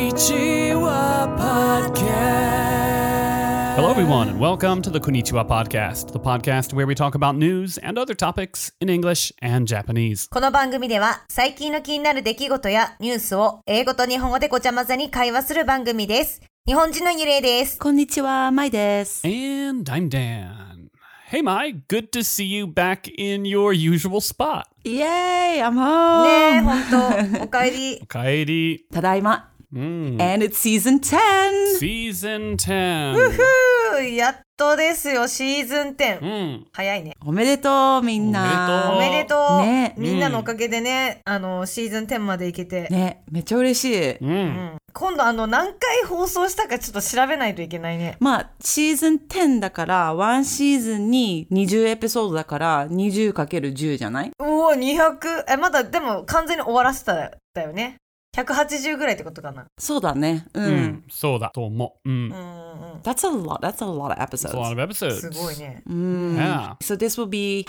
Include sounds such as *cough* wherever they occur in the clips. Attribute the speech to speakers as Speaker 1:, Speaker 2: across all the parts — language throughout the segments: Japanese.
Speaker 1: Konnichiwa Podcast.
Speaker 2: Hello, everyone, and welcome to the Konnichiwa Podcast, the podcast where we talk about news and other topics in English and Japanese.
Speaker 3: この番組では最近の気になる出来事やニュースを英語と日本語でごちゃ混ぜに会話する番組です。日本人のゆれいです。
Speaker 4: こんにちは、まいです。
Speaker 2: And I'm Dan. Hey, Mai, good to see you back in your usual spot.
Speaker 4: イエーイ、I'm
Speaker 3: ねえ、
Speaker 4: home!
Speaker 3: ほんと、おかえり。
Speaker 2: Kairi,
Speaker 4: *laughs*
Speaker 2: Mm.
Speaker 4: ただいま。And it's season 10!
Speaker 2: season 10.
Speaker 3: ふう *laughs* やっとですよ、シーズン10。
Speaker 2: Mm.
Speaker 3: 早いね。
Speaker 4: おめでとう、み
Speaker 2: お
Speaker 4: ん
Speaker 3: お
Speaker 4: な。
Speaker 3: めでとう、
Speaker 4: ね
Speaker 3: みんなのおかげでね、あの、シーズン10までいけて。
Speaker 4: ね、めっちゃ嬉しい。
Speaker 2: Mm.
Speaker 3: 今度あの、何回放送したかちょっと調べないといけないね。
Speaker 4: まあ、シーズン10だから、ワンシーズンに20エピソードだから、20×10 じゃないう
Speaker 3: お、200。え、まだでも完全に終わらせたんだよね。180ぐらいってことかな。
Speaker 4: そうだね。う
Speaker 2: Mm.
Speaker 4: ん。
Speaker 2: So that. Mm.
Speaker 3: うんうんうん。
Speaker 4: That's a lot, that's a lot of episodes.
Speaker 2: That's a lot of episodes.
Speaker 3: すごいね。
Speaker 4: うん。
Speaker 2: Yeah.
Speaker 4: So this will be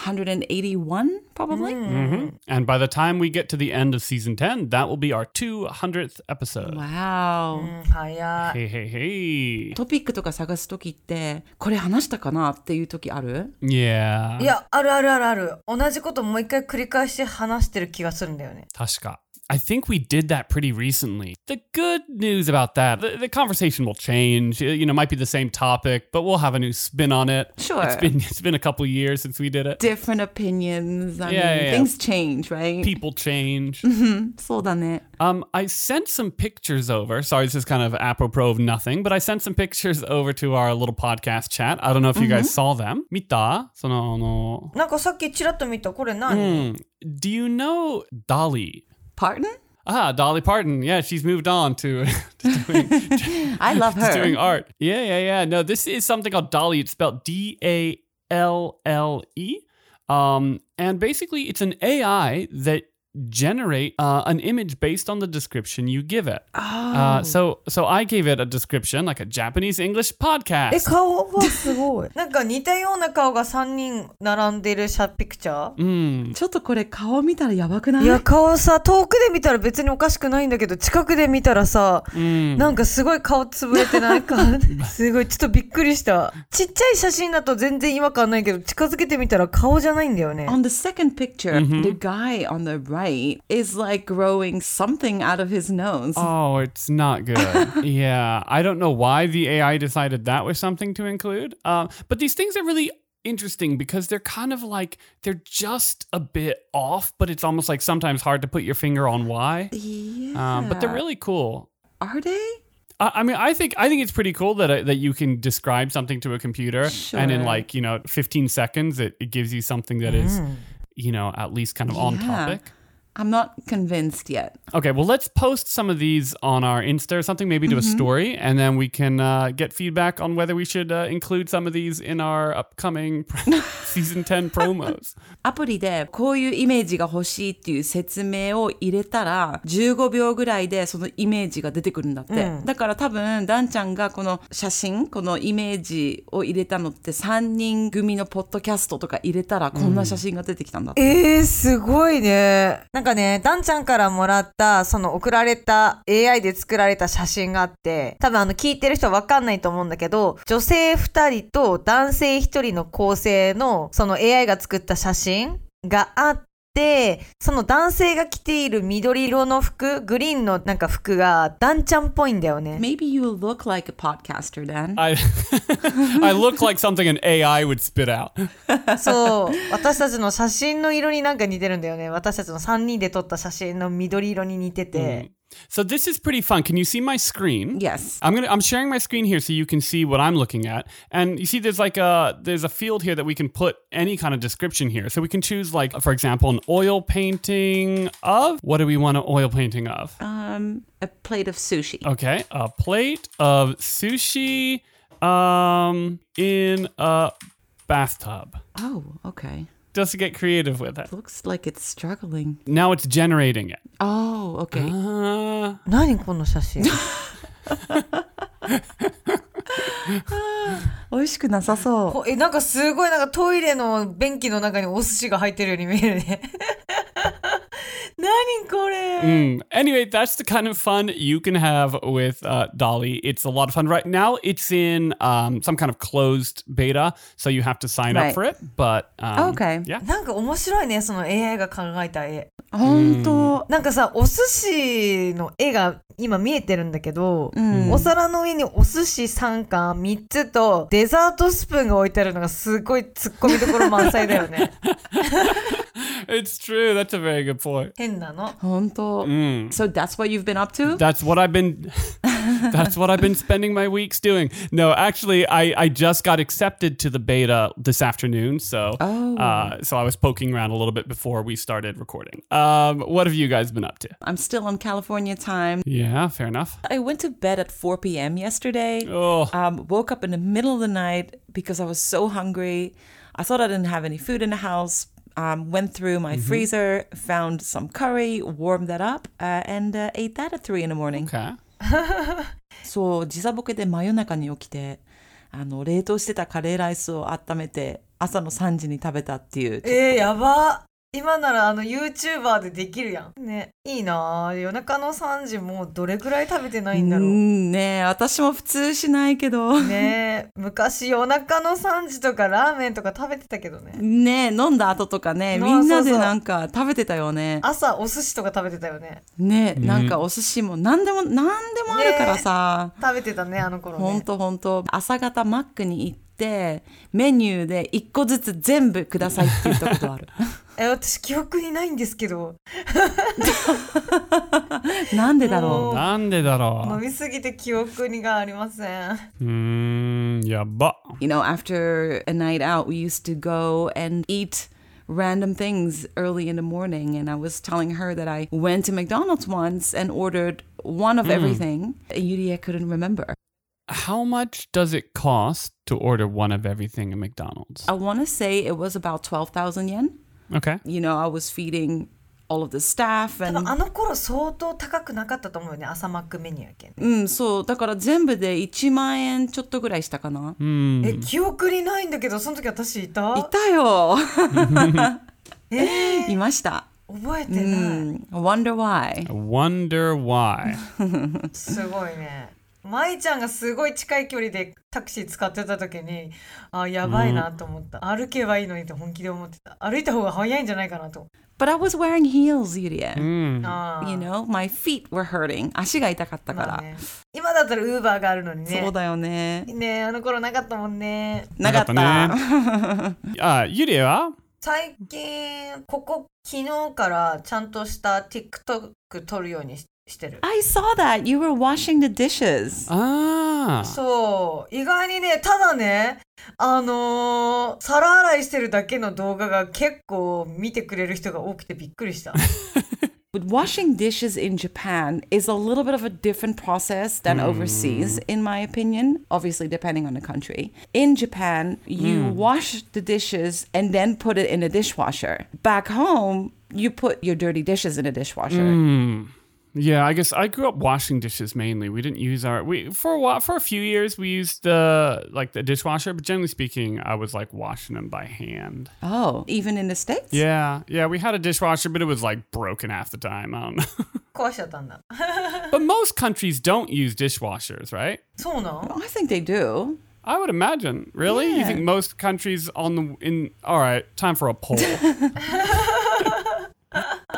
Speaker 4: 181, probably?
Speaker 3: うん
Speaker 2: hmm
Speaker 4: Mm-hmm.
Speaker 2: And by the time we get to the end of season 10, that will be our 200th episode.
Speaker 4: Wow.
Speaker 3: うん、早い。
Speaker 2: Hey, hey, hey.
Speaker 4: トピックとか探すときって、これ話したかなっていうときある
Speaker 2: Yeah.
Speaker 3: いや、あるあるあるある。同じこともう一回繰り返して話してる気がするんだよね。
Speaker 2: Tashka. I think we did that pretty recently. The good news about that, the, the conversation will change. It, you know, might be the same topic, but we'll have a new spin on it.
Speaker 4: Sure.
Speaker 2: It's been *laughs* it's been a couple years since we did it.
Speaker 4: different opinions. I
Speaker 2: Yeah,
Speaker 4: mean,
Speaker 2: yeah, yeah.
Speaker 4: things change, right?
Speaker 2: People change.
Speaker 4: そうだね。
Speaker 2: um, I sent some pictures over. Sorry, this is kind of apropos of nothing, but I sent some pictures over to our little podcast chat. I don't know if you guys saw them. Mita, その、あの、
Speaker 3: なんかさっきちらっと見た、これ
Speaker 2: Hmm.
Speaker 3: 何、
Speaker 2: Do you know Dolly?
Speaker 4: Pardon?
Speaker 2: Ah, Dolly Parton. Yeah, she's moved on to, *laughs* to doing
Speaker 4: I love
Speaker 2: Just doing
Speaker 4: her.
Speaker 2: art. Yeah, yeah, yeah. No, this is something called Dolly. It's spelled D A L L E. Um, and basically, it's an AI that generate uh, an image based on the description you give it.
Speaker 4: Oh.
Speaker 2: Uh, so, so I gave it a description like a Japanese English
Speaker 3: え、
Speaker 2: podcast.
Speaker 3: 顔はす *laughs* ごい。なんか似たような顔が3人並んでるシャーピクチャー、
Speaker 2: Mm.
Speaker 4: ちょっとこれ顔見たらやばくない
Speaker 3: いや、顔さ、遠くで見たら別におかしくないんだけど、近くで見たらさ、
Speaker 2: Mm.
Speaker 3: なんかすごい顔潰れてないか *laughs* すごい、ちょっとびっくりした。ちっちゃい写真だと全然違和感ないけど、近づけてみたら顔じゃないんだよね。
Speaker 4: On the second picture,
Speaker 2: Mm-hmm.
Speaker 4: the guy on the right is like growing something out of his nose.
Speaker 2: Oh, it's not good. yeah, I don't know why the AI decided that was something to include. Um, but these things are really interesting because they're kind of like they're just a bit off, but it's almost like sometimes hard to put your finger on why.
Speaker 4: yeah.
Speaker 2: Um, but they're really cool.
Speaker 4: Are they?
Speaker 2: I I mean, I think I think it's pretty cool that uh, that you can describe something to a computer, and in
Speaker 4: Sure.
Speaker 2: like you know 15 seconds, it, it gives you something that is, you know, at least kind of on
Speaker 4: Mm. Yeah.
Speaker 2: topic.
Speaker 4: I'm not convinced yet.
Speaker 2: Okay, well, let's post some of these on our Insta or something, maybe
Speaker 4: Mm-hmm.
Speaker 2: to a story, and then we can uh, get feedback on whether we should uh, include some of these in our
Speaker 4: *laughs*
Speaker 2: upcoming season 10 promos.
Speaker 4: アプリでこういうイメージが欲しいっていう説明を入れたら15秒ぐらいでそのイメージが出てくるんだって、だから多分ダンちゃんがこの写真このイメージを入れたのって3人組のポッドキャストとか入れたらこんな写真が出てきたんだって、
Speaker 3: えー、すごいね。なんかね、ダンちゃんからもらった、その送られた AI で作られた写真があって、多分あの聞いてる人わかんないと思うんだけど、女性2人と男性1人の構成の、その AI が作った写真があって、その男性が着ている緑色の服、グリーンのなんか服が、ダンちゃんっぽいんだよね。
Speaker 4: *laughs* Maybe you look like a podcaster Dan
Speaker 2: I, *laughs* I look like something an AI would spit out.
Speaker 3: そう。私たちの写真の色になんか似てるんだよね。私たちの3人で撮った写真の緑色に似てて。
Speaker 2: So this is pretty fun. Can you see my screen?
Speaker 4: Yes
Speaker 2: I'm gonna I'm sharing my screen here so you can see what I'm looking at. And you see there's like a there's a field here that we can put any kind of description here. So we can choose like for example an oil painting of what do we want an oil painting of?
Speaker 4: um, a plate of sushi
Speaker 2: Okay, a plate of sushi um in a bathtub.
Speaker 4: oh okay
Speaker 2: Just to get creative with it.
Speaker 4: looks like it's struggling
Speaker 2: Now it's generating it.
Speaker 4: oh okay
Speaker 2: Uh,
Speaker 3: 何この写真
Speaker 4: 美味しくなさそう
Speaker 3: こえなんかすごいなんかトイレの便器の中にお寿司が入ってるように見えるね何 *laughs* 何これ、
Speaker 2: Mm. Anyway, that's the kind of fun you can have with uh, Dolly. It's a lot of fun. Right now, it's in um, some kind of closed beta, so you have to sign up
Speaker 4: Right.
Speaker 2: for it. But um,
Speaker 4: Okay.
Speaker 2: yeah,
Speaker 3: なんか面白いねその AI が考えた絵
Speaker 4: 本当。
Speaker 3: なんかさお寿司の絵が今見えてるんだけど、
Speaker 4: うん
Speaker 3: お皿の上にお寿司3貫3つとデザートスプーンが置いてあるのがすごいツッコミどころ満載だよ
Speaker 4: *laughs*
Speaker 3: ね
Speaker 2: it's true. That's a very good point.
Speaker 3: 変なの
Speaker 4: 本当。So that's what you've been up to?
Speaker 2: That's what I've
Speaker 4: *laughs*
Speaker 2: been. that's what I've been spending my weeks doing. No, actually, I, I just got accepted to the beta this afternoon, so
Speaker 4: Oh.
Speaker 2: uh, so I was poking around a little bit before we started recording. Um, what have you guys been up to?
Speaker 4: I'm still on California time.
Speaker 2: Yeah, fair enough.
Speaker 4: I went to bed at 4 p.m. yesterday.
Speaker 2: Oh,
Speaker 4: Um, woke up in the middle of the night because I was so hungry. I thought I didn't have any food in the house. Um, went through my freezer, found some curry, warmed that up, uh, and uh, ate that at 3 in the morning.
Speaker 2: okay.
Speaker 4: そう、時差ボケで真夜中に起きて、あの、冷凍してたカレーライスを温めて、朝の3時に食べたっていう。
Speaker 3: えー、やば今ならあの YouTuber でできるやんねいいなあ夜中の3時もうどれぐらい食べてないんだろ
Speaker 4: う
Speaker 3: う、
Speaker 4: んねえ私も普通しないけど。
Speaker 3: ねえ昔夜中の3時とかラーメンとか食べてたけどね
Speaker 4: ねえ飲んだ後とかね、
Speaker 3: あ
Speaker 4: みんなで
Speaker 3: そうそう
Speaker 4: なんか食べてたよね。
Speaker 3: 朝お寿司とか食べてたよね
Speaker 4: ねえなんかお寿司も何でも、何でもあるからさ。
Speaker 3: 食べてたねあの頃
Speaker 4: ほん
Speaker 3: ね
Speaker 4: とほんと。朝方マックに行って、メニューで1個ずつ全部くださいって言ったこと
Speaker 3: *laughs*
Speaker 4: ある。
Speaker 3: え私記憶にないんですけど
Speaker 4: なんでだろ
Speaker 3: もう飲
Speaker 2: なんでだろう。
Speaker 3: みすぎて記憶にがありません
Speaker 2: Mm, うーん、やば。
Speaker 4: う You know, after a night out, we used to go and eat random things early in the morning. And I was telling her that I went to McDonald's once and ordered one of everything. Yuria couldn't remember.
Speaker 2: How much does it cost to order one of everything at McDonald's?
Speaker 4: I want to say it was about 12,000 yen.
Speaker 2: Okay.
Speaker 4: You know, I was feeding all of the staff
Speaker 3: 多分
Speaker 4: and
Speaker 3: あの頃相当高くなかったと思うよね朝マックメニューやけん、
Speaker 4: うん、そう。mm, だから全部で1万円ちょっとぐらいしたかな。
Speaker 3: え記憶にないんだけどその時私い
Speaker 4: い
Speaker 3: た
Speaker 4: たよ
Speaker 3: えー
Speaker 4: *laughs* いました。
Speaker 3: 覚えて
Speaker 4: う
Speaker 3: ない、
Speaker 4: ん。Wonder why.
Speaker 2: I wonder why.
Speaker 3: すごいね。舞ちゃんがすごい近い距離でタクシー使ってた時にあやばいなと思った、歩けばいいのにって本気で思ってた歩いた方が早いんじゃないかなと、
Speaker 4: But I was wearing heels, Yuria.
Speaker 2: Hmm.
Speaker 3: Mm. ああ
Speaker 4: You know, my feet were hurting. 足が痛かったから。
Speaker 3: まあね今だったらウーバーがあるのにね
Speaker 4: そうだよね。
Speaker 3: ねえあの頃なかったもんね
Speaker 4: なかった。 *laughs*
Speaker 2: なか Ah, ゆりは？
Speaker 3: 最近ここ昨日からちゃんとした TikTok 撮るようにししてる
Speaker 4: I saw that. You were washing the dishes.
Speaker 2: Ah.
Speaker 3: そう意外にねただねあのー皿洗いしてるだけの動画が結構見てくれる人が多くてびっくりした
Speaker 4: But washing dishes in Japan is a little bit of a different process than overseas, in my opinion. Obviously, depending on the country. In Japan, you wash the dishes and then put it in a dishwasher. Back home, you put your dirty dishes in a dishwasher.
Speaker 2: Hmm. Yeah, I guess I grew up washing dishes mainly. We didn't use our we for a while, for a few years we used the like the dishwasher, but generally speaking, I was like washing them by hand.
Speaker 4: Oh, even in the States?
Speaker 2: Yeah, yeah, we had a dishwasher, but it was like broken half the time. I don't know. *laughs*
Speaker 3: 壊しちゃったんだ
Speaker 2: but most countries don't use dishwashers, right?
Speaker 3: そうなん、
Speaker 4: I think they do.
Speaker 2: I would imagine. Really? You
Speaker 4: Yeah.
Speaker 2: think most countries on the in all right, time for a poll.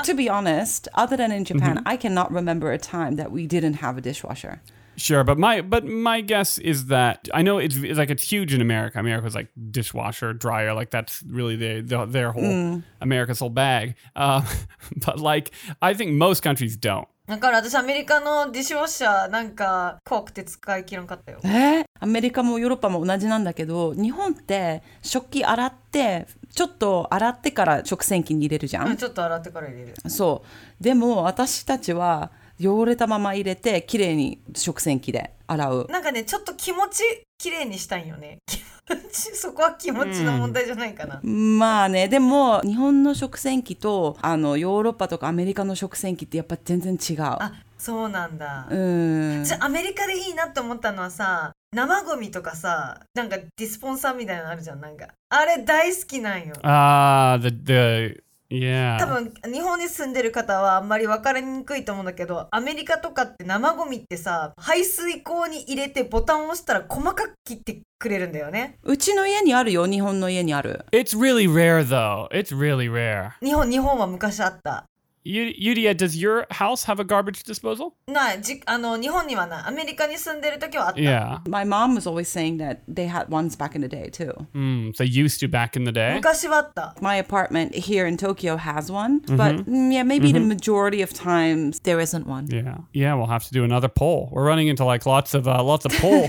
Speaker 4: To be honest, other than in Japan, I cannot remember a time that we didn't have a dishwasher.
Speaker 2: sure, but my but my guess is that I know it's, it's like it's huge in America. America's like dishwasher, dryer, like that's really their the, their whole America's whole bag. Uh, *laughs* but like I think most countries don't.
Speaker 3: だから私アメリカのディッシュウォッシャーなんか怖くて使い切らんかったよ
Speaker 4: えーアメリカもヨーロッパも同じなんだけど日本って食器洗ってちょっと洗ってから食洗機に入れるじゃん
Speaker 3: ちょっと洗ってから入れる
Speaker 4: そうでも私たちは汚れたまま入れて綺麗に食洗機で洗う
Speaker 3: なんかねちょっと気持ち綺麗にしたいんよね気持ちそこは気持ちの問題じゃないかな、
Speaker 4: まあねでも日本の食洗機とあのヨーロッパとかアメリカの食洗機ってやっぱ全然違う
Speaker 3: あそうなんだ、
Speaker 4: うん
Speaker 3: じゃあアメリカでいいなって思ったのはさ生ゴミとかさなんかディスポンサーみたいなのあるじゃんなんかあれ大好きなんよ
Speaker 2: Ah, Uh, the the
Speaker 3: 多
Speaker 2: Yeah.
Speaker 3: 分日本に住んでる方はあんまり分かりにくいと思うんだけどアメリカとかって生ゴミってさ排水口に入れてボタンを押したら細かく切ってくれるんだよね
Speaker 4: うちの家にあるよ、日本の家にある。
Speaker 2: It's really rare though. It's really rare.
Speaker 3: 日本日本は昔あった。
Speaker 2: Yu- Yudia, does your house have a garbage disposal?
Speaker 3: ないじあの日本にはないアメリカに住んでる時はあった。
Speaker 2: Yeah.
Speaker 4: My mom was always saying that they had ones back in the day too.
Speaker 2: Mm, they used to back in the day.
Speaker 3: 昔はあった。
Speaker 4: My apartment here in Tokyo has one,
Speaker 2: Mm-hmm.
Speaker 4: but mm, yeah, maybe the majority of times there isn't one.
Speaker 2: Yeah. Yeah, we'll have to do another poll. We're running into like lots of uh, lots of poll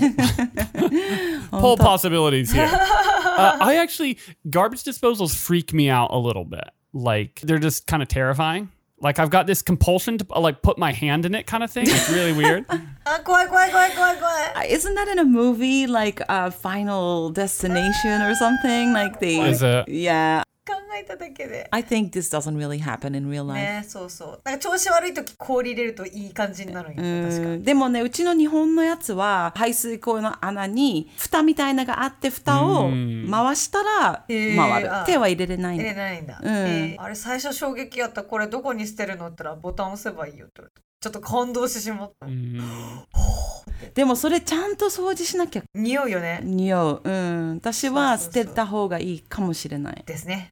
Speaker 2: *laughs* poll possibilities here. Uh, I actually garbage disposals freak me out a little bit. Like they're just kind of terrifying. Like I've got this compulsion to uh, like put my hand in it kind of thing. It's really weird.
Speaker 3: あ怖い怖い怖い怖い怖い。
Speaker 4: Uh, Isn't that in a movie like uh, Final Destination or something? Like they,
Speaker 2: Is it?
Speaker 4: yeah.
Speaker 3: 考えただけで。
Speaker 4: I think this doesn't really happen in real life.
Speaker 3: ねそうそう。なんか調子悪い時氷入れるといい感じになるんよね確か。
Speaker 4: Mm, でもねうちの日本のやつは排水口の穴に蓋みたいなのがあって蓋を回したら
Speaker 3: へー
Speaker 4: 回る
Speaker 3: あ
Speaker 4: 手は入れれない
Speaker 3: 入
Speaker 4: の
Speaker 3: れないんだ。
Speaker 4: うん
Speaker 3: えーあれ最初衝撃やった。これどこに捨てるのって言ったらボタン押せばいいよって言われて。ちょっと感動してしまった。
Speaker 4: でもそれちゃんと掃除しなきゃ
Speaker 3: 匂いよね。
Speaker 4: 匂う、うん、私は
Speaker 3: そ
Speaker 4: 捨
Speaker 3: うそうそう
Speaker 4: てた方がいいかもしれない
Speaker 3: ですね。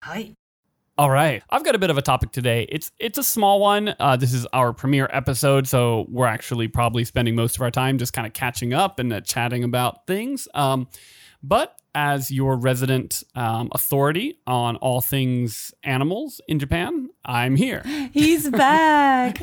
Speaker 3: はい。
Speaker 2: All right. I've got a bit of a topic today. It's it's a small one. Uh, this is our premiere episode, so we're actually probably spending most of our time just kind of catching up and uh, chatting about things. Um, but as your resident um, authority on all things animals in Japan, I'm here. *laughs*
Speaker 4: He's back!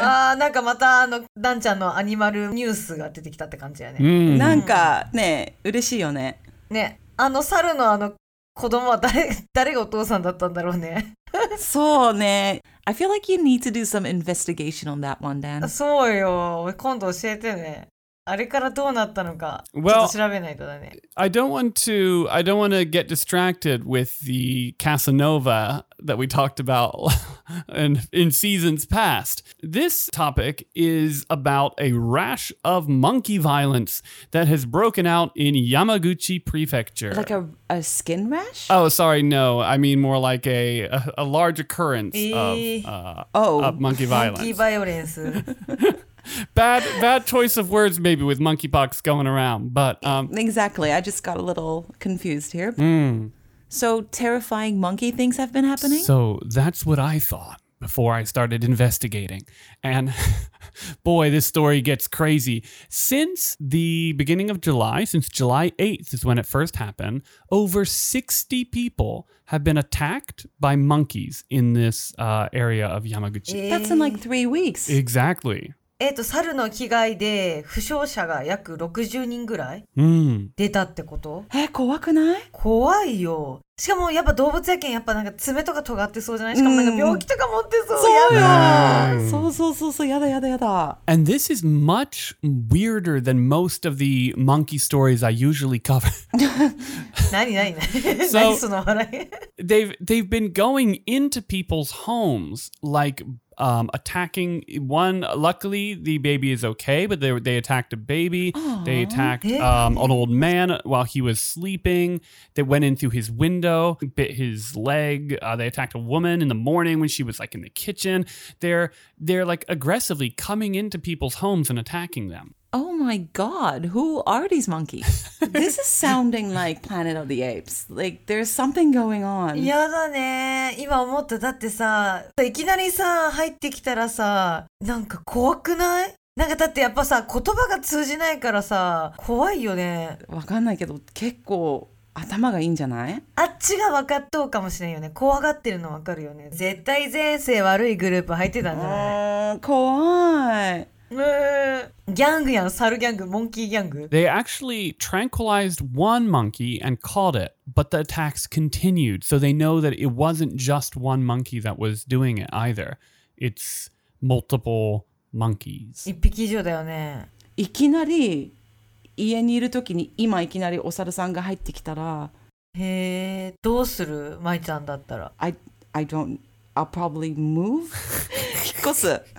Speaker 3: あーなんかまたあのダンちゃんのアニマルニュースが出てきたって感じやね。
Speaker 2: Mm.
Speaker 4: なんかね嬉しいよね
Speaker 3: ねあの猿のあの子供は誰 *laughs* 誰がお父さんだったんだろうね。
Speaker 4: そうね I feel like you need to do some investigation on that one Dan
Speaker 3: そうよ今度教えてね。あれからどうなったのかちょ
Speaker 2: Well-
Speaker 3: っと調べないとだね。
Speaker 2: I don't want to I don't want to get distracted with the Casanova that we talked about *laughs* in, in seasons past. This topic is about a rash of monkey violence that has broken out in Yamaguchi Prefecture.
Speaker 4: Like a, a skin rash?
Speaker 2: oh, sorry, no. I mean more like a a, a large occurrence
Speaker 3: Eh.
Speaker 2: of, uh,
Speaker 4: Oh.
Speaker 2: of monkey
Speaker 3: モン
Speaker 2: violence.
Speaker 3: キーバイオレンス。
Speaker 2: bad bad choice of words maybe with monkeypox going around,
Speaker 4: Eh.
Speaker 2: but um
Speaker 4: Exactly. I just got a little confused here. So terrifying monkey things have been happening?
Speaker 2: So that's what I thought before I started investigating. And *laughs* boy, this story gets crazy. Since the beginning of July, since July 8th is when it first happened, over 60 people have been attacked by monkeys in this uh, area of Yamaguchi.
Speaker 4: That's in like three weeks.
Speaker 2: Exactly.
Speaker 3: えっと猿の被害で負傷者が約60人ぐらい
Speaker 2: Mm.
Speaker 3: 出たってこと
Speaker 4: え、怖くない
Speaker 3: 怖いよ。しかもやっぱ動物やけんやっぱなんか爪とか尖ってそうじゃないしかもなんか病気とか持ってそう。やだ
Speaker 4: そうそうそうそう、やだやだやだ。
Speaker 2: And this is much weirder than most of the monkey stories I usually *laughs* cover.
Speaker 3: 何何 *laughs* 何
Speaker 2: So-
Speaker 3: 何その笑い
Speaker 2: they've they've been going into people's homes like um, attacking one luckily the baby is okay but they were- they attacked a baby they attacked um, an old man while he was sleeping they went in through his window bit his leg uh, they attacked a woman in the morning when she was like in the kitchen they're they're like aggressively coming into people's homes and attacking them
Speaker 4: Oh my god, who are these monkeys? This is sounding like Planet of the Apes. Like there's something going on.
Speaker 3: 嫌だね今思っただってさいきなりさ入ってきたらさなんか怖くないなんかだってやっぱさ言葉が通じないからさ怖いよね
Speaker 4: わかんないけど、結構頭がいいんじゃない
Speaker 3: あっちが分かっとうかもしれんよね怖がってるの分かるよね絶対前世悪いグループ入ってたんじゃない
Speaker 4: 怖い。
Speaker 3: うんギャングやん猿ギャングモンキーギャング
Speaker 2: They actually tranquilized one monkey and caught it, but the attacks continued. So they know that it wasn't just one monkey that was doing it either. It's multiple monkeys.
Speaker 3: 一匹以上だよね
Speaker 4: いきなり家にいる時に今いきなりお猿さんが入ってきたら
Speaker 3: へえどうする舞ちゃんだったら
Speaker 4: I, I don't I'll probably move *laughs* 引っ越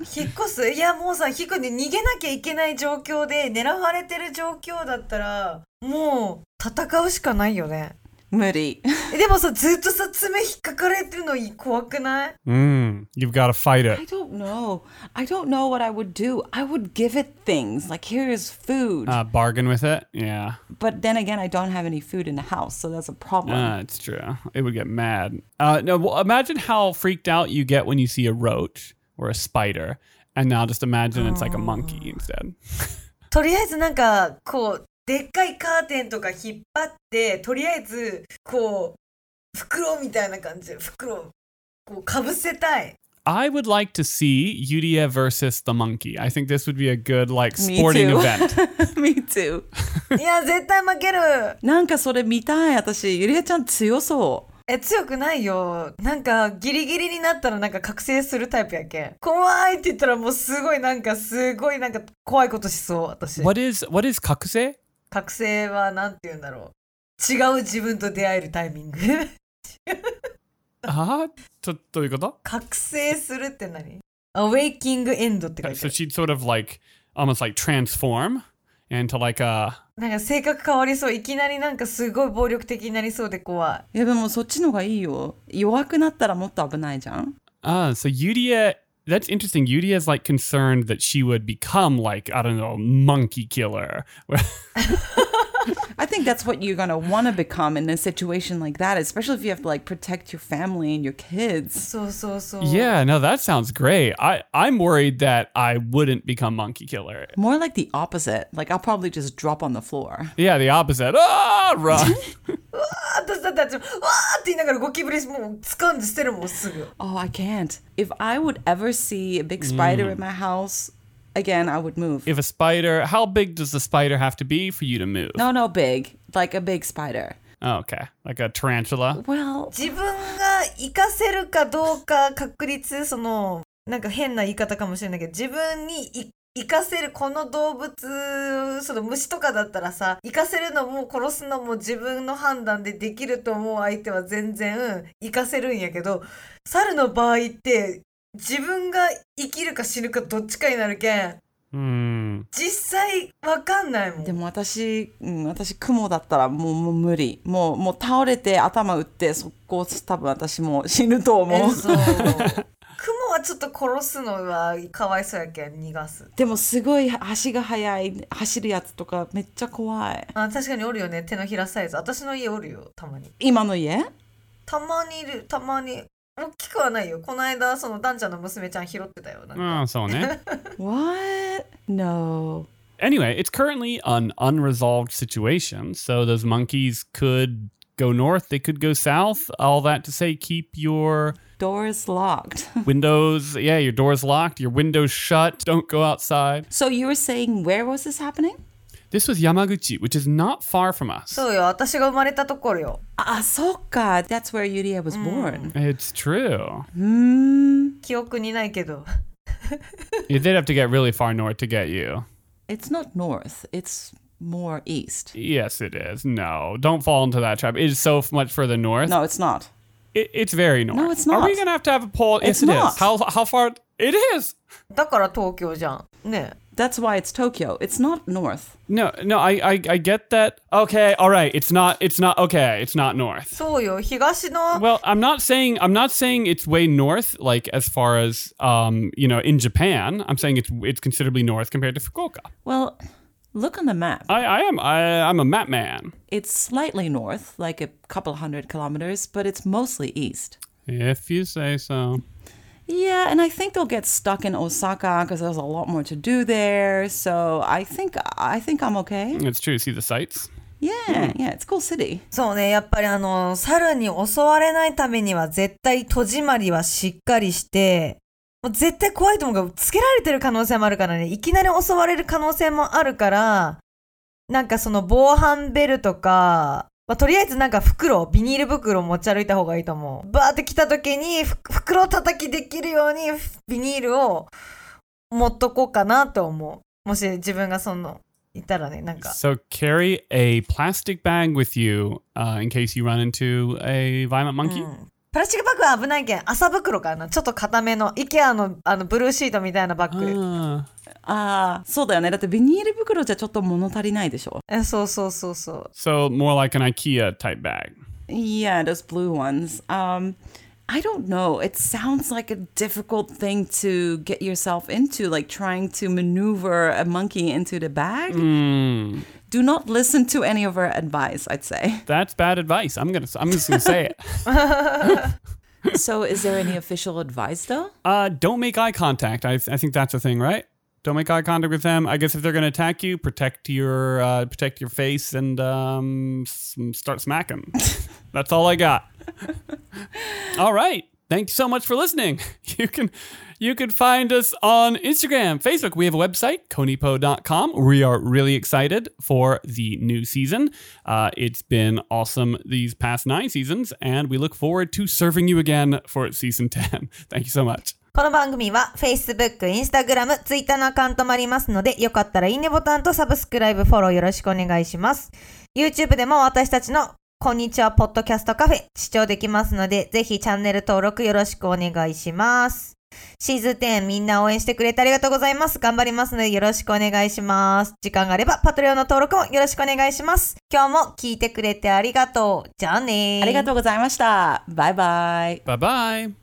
Speaker 4: す
Speaker 3: 引っ越すいやもうさ引っ越んで逃げなきゃいけない状況で狙われてる状況だったらもう戦うしかないよね
Speaker 4: 無理。
Speaker 3: えでもさ、ずっとさ、爪引っかかれてるの怖くない
Speaker 2: Mm, you've got to fight
Speaker 4: I
Speaker 2: it.
Speaker 4: don't know. I don't know what I would do. I would give it things like here is food,
Speaker 2: Uh, bargain with it. Yeah.
Speaker 4: but then again, I don't have any food in the house, so that's a problem.
Speaker 2: Uh, it's true. It would get mad. Uh, no, well, imagine how freaked out you get when you see a roach or a spider. And now just imagine it's like a monkey instead.
Speaker 3: とりあえずなんか、こう、でっかいカーテンとか引っ張って、とりあえず、こう、袋みたいな感じで、袋、こう、かぶせたい。
Speaker 2: I would like to see Yuria versus the monkey. I think this would be a good like sporting
Speaker 4: too. *laughs*
Speaker 2: event.
Speaker 4: Me too.
Speaker 3: いや、絶対負ける。
Speaker 4: なんかそれ見たい私ゆりえちゃん強そう
Speaker 3: え、強くないよ。なんか、ギリギリになったらなんか覚醒するタイプやけん。怖いって言ったらもうすごいなんか、すごいなんか怖いことしそう、私。
Speaker 2: What is what is kakuse?
Speaker 3: 覚醒はなんて言うんだろう。違う自分と出会えるタイミング。 *laughs*
Speaker 2: Ah, to- どういうこと？
Speaker 3: 覚醒するって何アウェイキングエンドって書いて
Speaker 2: So
Speaker 3: ある。
Speaker 2: she'd sort of like almost like transform into like a
Speaker 3: なんか性格変わりそう。いきなりなんかすごい暴力的になりそうで怖い。
Speaker 4: いやでもそっちのがいいよ弱くなったらもっと危ないじゃん
Speaker 2: ah. So Yuria, that's interesting. Yuria is like concerned that she would become like I don't know monkey killer. *laughs*
Speaker 4: I think that's what you're gonna wanna become in a situation like that especially if you have to like protect your family and your kids
Speaker 3: そうそうそう。
Speaker 2: yeah, no, that sounds great. I I'm worried that I wouldn't become monkey killer.
Speaker 4: more like the opposite like I'll probably just drop on the floor
Speaker 2: Yeah, the opposite. Ah, run.
Speaker 3: あ私だってあっちも、わーって言いながらゴキブリもう掴んで捨てるもんすぐ。
Speaker 4: oh I can't if I would ever see a big spider in my house again I would move
Speaker 2: if a spider, how big does the spider have to be for you to move?
Speaker 4: no no big like a big spider
Speaker 2: Oh, okay, like a tarantula.
Speaker 4: well
Speaker 3: 自分が活かせるかどうか確率、その、なんか変な言い方かもしれないけど、自分にい活かせるこの動物、その虫とかだったらさ、活かせるのも殺すのも自分の判断でできると思う相手は全然活かせるんやけど、猿の場合って、自分が生きるか死ぬかどっちかになるけん、
Speaker 2: Hmm.
Speaker 3: 実際わかんないもん。
Speaker 4: でも私、うん、私、雲だったらもうもう無理。もう、もう倒れて頭打って、そこ多分私 *laughs* もう死ぬと思う。
Speaker 3: そう。 *laughs* 雲はちょっと殺すのはかわいそうやけん逃がす。
Speaker 4: でもすごい足が速い、走るやつとかめっちゃ怖い。
Speaker 3: あ確かにおるよね手のひらサイズ私の家おるよたまに
Speaker 4: 今の家
Speaker 3: たまにいるたまに大きくはないよこの間そのダンちゃんの娘ちゃん拾ってたよなんか
Speaker 2: Oh, so ne?
Speaker 4: ?What?No.
Speaker 2: anyway, it's currently an unresolved situation. So those monkeys could go north, they could go south. All that to say, keep your
Speaker 4: Door is locked. *laughs*
Speaker 2: windows, yeah, your doors locked, your windows shut. Don't go outside.
Speaker 4: so you were saying where was this happening?
Speaker 2: This was Yamaguchi, which is not far from us.
Speaker 3: そうよ私が生まれたところよ
Speaker 4: あ、そっか。That's where Yuria was born.
Speaker 2: It's true.
Speaker 4: うーん。
Speaker 3: 記憶にないけど
Speaker 2: They'd have to get really far north to get you.
Speaker 4: It's not north. It's more east.
Speaker 2: Yes, it is. No, don't fall into that trap. It is so much further north.
Speaker 4: No, it's not.
Speaker 2: It, it's very north.
Speaker 4: it's
Speaker 2: Are we
Speaker 4: not.
Speaker 2: gonna have to have a poll? yes,
Speaker 4: It's
Speaker 2: it is.
Speaker 4: not.
Speaker 2: How how far? It is.
Speaker 3: だから東京じゃんね
Speaker 4: That's why it's Tokyo. It's not north.
Speaker 2: No, no. I, I I get that. Okay, all right. It's not. It's not. Okay, it's not north.
Speaker 3: そうよ東の
Speaker 2: Well, I'm not saying I'm not saying it's way north. Like as far as um, you know, in Japan, I'm saying it's it's considerably north compared to Fukuoka.
Speaker 4: Well, look on the map.
Speaker 2: I, I am I I'm a map man.
Speaker 4: It's slightly north, like a couple hundred kilometers, but it's mostly east.
Speaker 2: If you say so.
Speaker 4: Yeah, and I think they'll get stuck in Osaka because there's a lot more to do there. So I think I think I'm okay.
Speaker 2: It's true. See the sights.
Speaker 4: Yeah, yeah, it's a cool city.
Speaker 3: そうねやっぱりあの猿に襲われないためには絶対戸締まりはしっかりしてもう絶対怖いと思うからつけられてる可能性もあるからねいきなり襲われる可能性もあるからなんかその防犯ベルとか、まあ、とりあえずなんか袋ビニール袋を持ち歩いた方がいいと思うバーって来た時にふ袋叩きできるようにビニールを持っとこうかなと思うもし自分がそのいたらねなんか
Speaker 2: So carry a plastic bag with you uh, in case you run into a violent monkey.
Speaker 3: プラスチックバッグは危ないけん、麻袋かな。ちょっと固めの、IKEA のあのブルーシートみたいな
Speaker 4: Mm.
Speaker 3: バッグ。
Speaker 2: Ah.
Speaker 4: ああ、Uh, そうだよね。だってビニール袋じゃちょっと物足りないでしょ。
Speaker 3: えそうそうそうそう。
Speaker 2: So more like an IKEA type bag.
Speaker 4: Yeah, those blue ones. Um, I don't know. It sounds like a difficult thing to get yourself into, like trying to maneuver a monkey into the bag. Do not listen to any of her advice, I'd *laughs* say.
Speaker 2: That's bad advice. I'm gonna. I'm just gonna say it.
Speaker 1: so, is there any official advice though?
Speaker 2: Uh, don't make eye contact. I, I think that's a thing, right? Don't make eye contact with them. I guess if they're gonna attack you, protect your uh, protect your face and um, s- start smacking. that's all I got. all right. Thank you so much for listening. *laughs* You can you can find us on Instagram, Facebook. We have a website, conipo.com. We are really excited for the new season. Uh, it's been awesome these past nine seasons, and we look forward to serving you again for season *laughs* 10. Thank you so much.
Speaker 3: この番組は Facebook、Instagram、Twitter のアカウントもありますので、よかったらいいねボタンとサブスクライブ、フォローよろしくお願いします。YouTube でも私たちのこんにちはポッドキャストカフェ視聴できますので、ぜひチャンネル登録よろしくお願いします。シーズン10みんな応援してくれてありがとうございます。頑張りますのでよろしくお願いします。時間があればパトレオンの登録もよろしくお願いします。今日も聞いてくれてありがとう。じゃあねー。
Speaker 4: ありがとうございました。バイバイ。
Speaker 2: Bye bye.